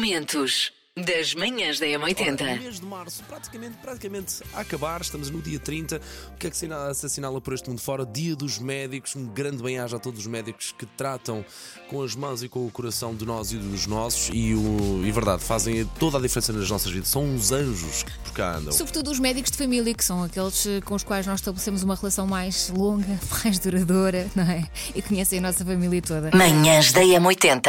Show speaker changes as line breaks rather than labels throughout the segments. Momentos das manhãs da
Ora, o
M80.
mês de março, praticamente, praticamente a acabar, estamos no dia 30. O que é que se assinala, se assinala por este mundo fora? Dia dos médicos. Um grande bem-aja a todos os médicos que tratam com as mãos e com o coração de nós e dos nossos. E, o, e verdade, fazem toda a diferença nas nossas vidas. São uns anjos que por cá andam.
Sobretudo os médicos de família, que são aqueles eh, com os quais nós estabelecemos uma relação mais longa, mais duradoura, não é? E conhecem a nossa família toda.
Hum.
Manhãs da M80.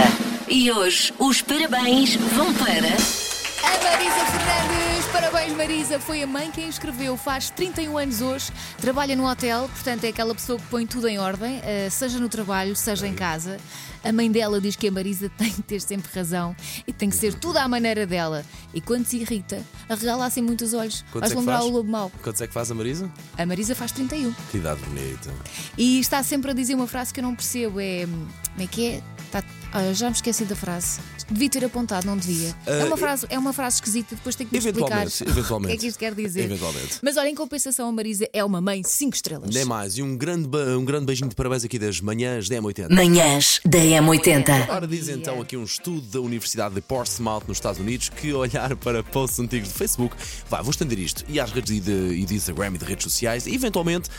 E hoje os parabéns vão para.
A Marisa Fernandes, parabéns Marisa, foi a mãe quem escreveu, faz 31 anos hoje, trabalha no hotel, portanto é aquela pessoa que põe tudo em ordem, eh, seja no trabalho, seja em casa. A mãe dela diz que a Marisa tem que ter sempre razão e tem que ser
Uhum.
tudo à maneira dela. E quando se irrita, arregala assim muito os olhos.
Quantos
Vais
é que
lembrar
faz?
o lobo mau.
Quantos é que faz a Marisa?
A Marisa faz 31.
Que idade bonita.
E está sempre a dizer uma frase que eu não percebo: é. Como é que é? Tá- ah, já me esqueci da frase. Devia ter apontado, não devia. é, uma frase, é uma frase esquisita, depois tenho que me explicar
Ah, Eventualmente, eventualmente.
o que é que isto quer dizer.
Eventualmente.
Mas olha, em compensação, a Marisa é uma mãe 5 estrelas.
Nem mais. E um grande, ba- um grande beijinho de parabéns aqui das manhãs da M80.
Manhãs da M80.
Ora, diz então aqui um estudo da Universidade de Portsmouth, nos Estados Unidos, que olhar para posts antigos do Facebook, vai, vou estender isto, e às redes e de, e de Instagram e de redes sociais, eventualmente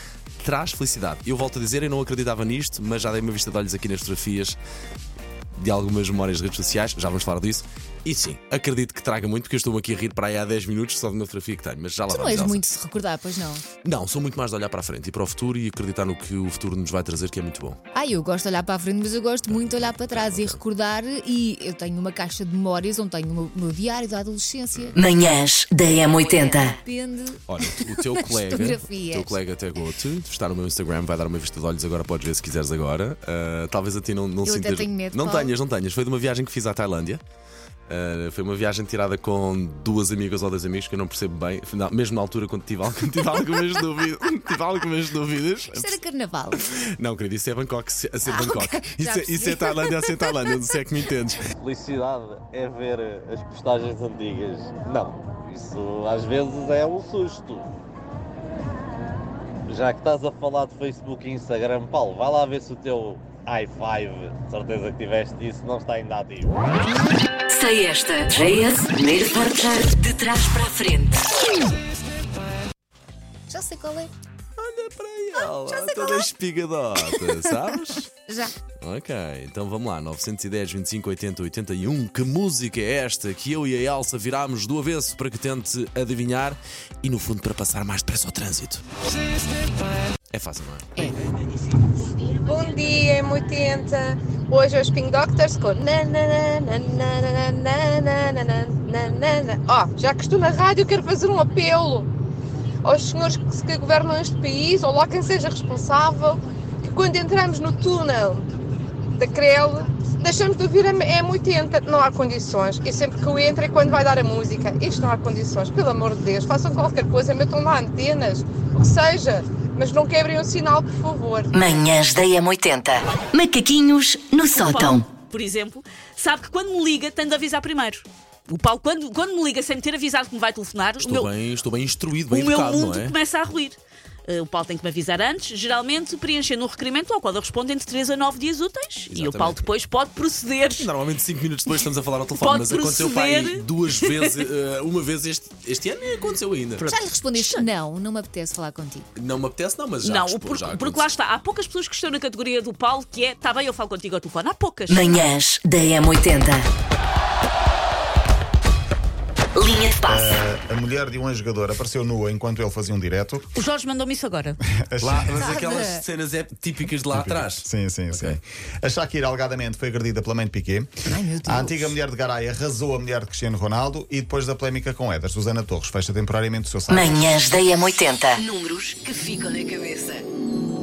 traz felicidade. Eu volto a dizer, eu não acreditava nisto, mas já dei uma vista de olhos aqui nas fotografias de algumas memórias de redes sociais, já vamos falar disso. E sim, acredito que traga muito, porque eu estou aqui a rir para aí há 10 minutos só de uma fotografia que tenho, mas já lá
Tu não
vamos.
és
Elsa.
muito de se recordar, pois não?
Não, sou muito mais de olhar para a frente e para o futuro e acreditar no que o futuro nos vai trazer, que é muito bom.
Ah, eu gosto de olhar para a frente, mas eu gosto muito de olhar para trás e recordar. E eu tenho uma caixa de memórias onde tenho o meu, o meu diário da adolescência.
Manhãs da M80.
Depende.
Olha, o teu
Nas
colega, o
fotografias.
teu colega Tegote, está no meu Instagram, vai dar uma vista de olhos agora, podes ver se quiseres agora. Ah, talvez a ti não, não
Eu até
sintas.
tenho medo,
não
Paulo.
tenhas, não tenhas. Foi de uma viagem que fiz à Tailândia. Ah, foi uma viagem tirada com duas amigas ou dois amigos que eu não percebo bem, Não, mesmo na altura quando tive, al- tive algumas dúvidas. Tive algumas dúvidas.
Isto era carnaval.
Não, querido, isso é Bangkok, isso é- isso é Bangkok.
Ah, ok, já
Isso, é, isso é
percebi.
Tailândia, isso é Tailândia, não sei é que me entendes.
Felicidade é ver as postagens antigas. Não, isso às vezes é um susto. Já que estás a falar de Facebook e Instagram, Paulo, vai lá ver se o teu i5, de certeza que tiveste isso, não está ainda ativo.
Sei esta. JS, primeiro portar de trás para a frente.
Já sei qual é.
Olha para ela, toda espigadota, sabes?
Já.
Ok, então vamos lá, 910, 25, 80, 81. Que música é esta que eu e a Elsa virámos do avesso para que tente adivinhar e, no fundo, para passar mais depressa ao trânsito? É fácil, não é?
Bom dia, M80. Hoje é os Ping Doctors com. na, na, na, na, na, na, na, na, na, na, na, na. Ó, já que estou na rádio, quero fazer um apelo aos senhores que, se- que governam este país, ou lá quem seja responsável, que quando entramos no túnel da Crele, deixamos de ouvir a M80. Não há condições. E sempre que eu entro é quando vai dar a música. Isto não há condições. Pelo amor de Deus, façam qualquer coisa, metam lá antenas, o que seja. Mas não quebrem o sinal, por favor.
Manhãs da M80. Macaquinhos no
Ah,
sótão.
por exemplo, sabe que quando me liga tem de avisar primeiro. O Paulo, quando, quando me liga sem me ter avisado que me vai telefonar, o
Estou,
meu,
bem, estou bem instruído,
o
bem
meu
educado, não
mundo
é?
começa a ruir. Eh, O Paulo tem que me avisar antes, geralmente preenchendo um requerimento ao qual eu respondo entre 3 a 9 dias úteis e o
Exatamente.
Paulo depois pode proceder.
Normalmente 5 minutos depois estamos a falar ao telefone,
Pode
mas aconteceu para aí
proceder.
duas vezes, eh, uma vez este, este ano e aconteceu ainda.
Já lhe respondeste? Não, não me apetece falar contigo.
Não me apetece, não, mas já
não,
respo-
porque,
já
porque
aconteceu.
lá está, há poucas pessoas que estão na categoria do Paulo que é, está bem, eu falo contigo ao telefone. Há poucas.
Manhãs da M80. Linha de passe.
A mulher de um jogador apareceu nua enquanto ele fazia um direto.
O Jorge mandou-me isso agora.
Lá- mas aquelas cenas é típicas de lá atrás.
Sim, sim, sim. A Shakira alegadamente foi agredida pela mãe de Piquet.
Ai, meu Deus.
A antiga mulher de Garay arrasou a mulher de Cristiano Ronaldo e depois da polémica com Éder, Susana Torres fecha temporariamente o seu site.
Manhãs da M80. Números que ficam na cabeça.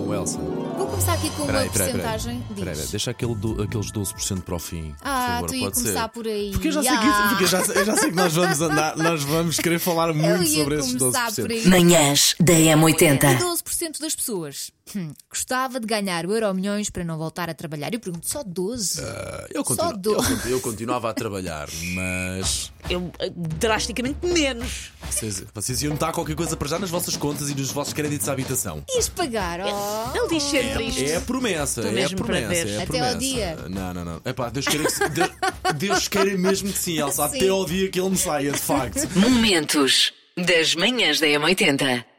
Oh, Elsa.
Vou começar aqui com uma porcentagem.
Espera
Diz.
aí, espera aí. deixa aquele do- aqueles 12% para o fim. por
Ah,
favor,
tu ia
pode
começar
ser.
por aí.
Porque eu já, sei que,
Ah.
porque eu já, eu já sei que nós vamos andar, nós vamos querer falar
Eu
muito
ia
sobre esses
começar
12%.
por aí.
Manhãs da M80.
12% das pessoas hum, gostava de ganhar o euro milhões para não voltar a trabalhar. Eu pergunto, só 12?
Ah, Eu,
Só
continuo, eu,
doze.
continuo- eu continuava a trabalhar, mas
Eu, eh, drasticamente menos.
vocês, vocês iam notar qualquer coisa para já nas vossas contas e nos vossos créditos à habitação.
Ias pagar, ó.
Ele diz sempre isto.
É a promessa, é a
mesmo
promessa,
para ver.
é a
Até
promessa.
ao dia.
Não, não, não. Epá, Deus queira, que se- Deus, Deus queira mesmo que sim, Elsa,
Sim.
até ao dia que ele me saia, de facto.
Momentos das manhãs da M80.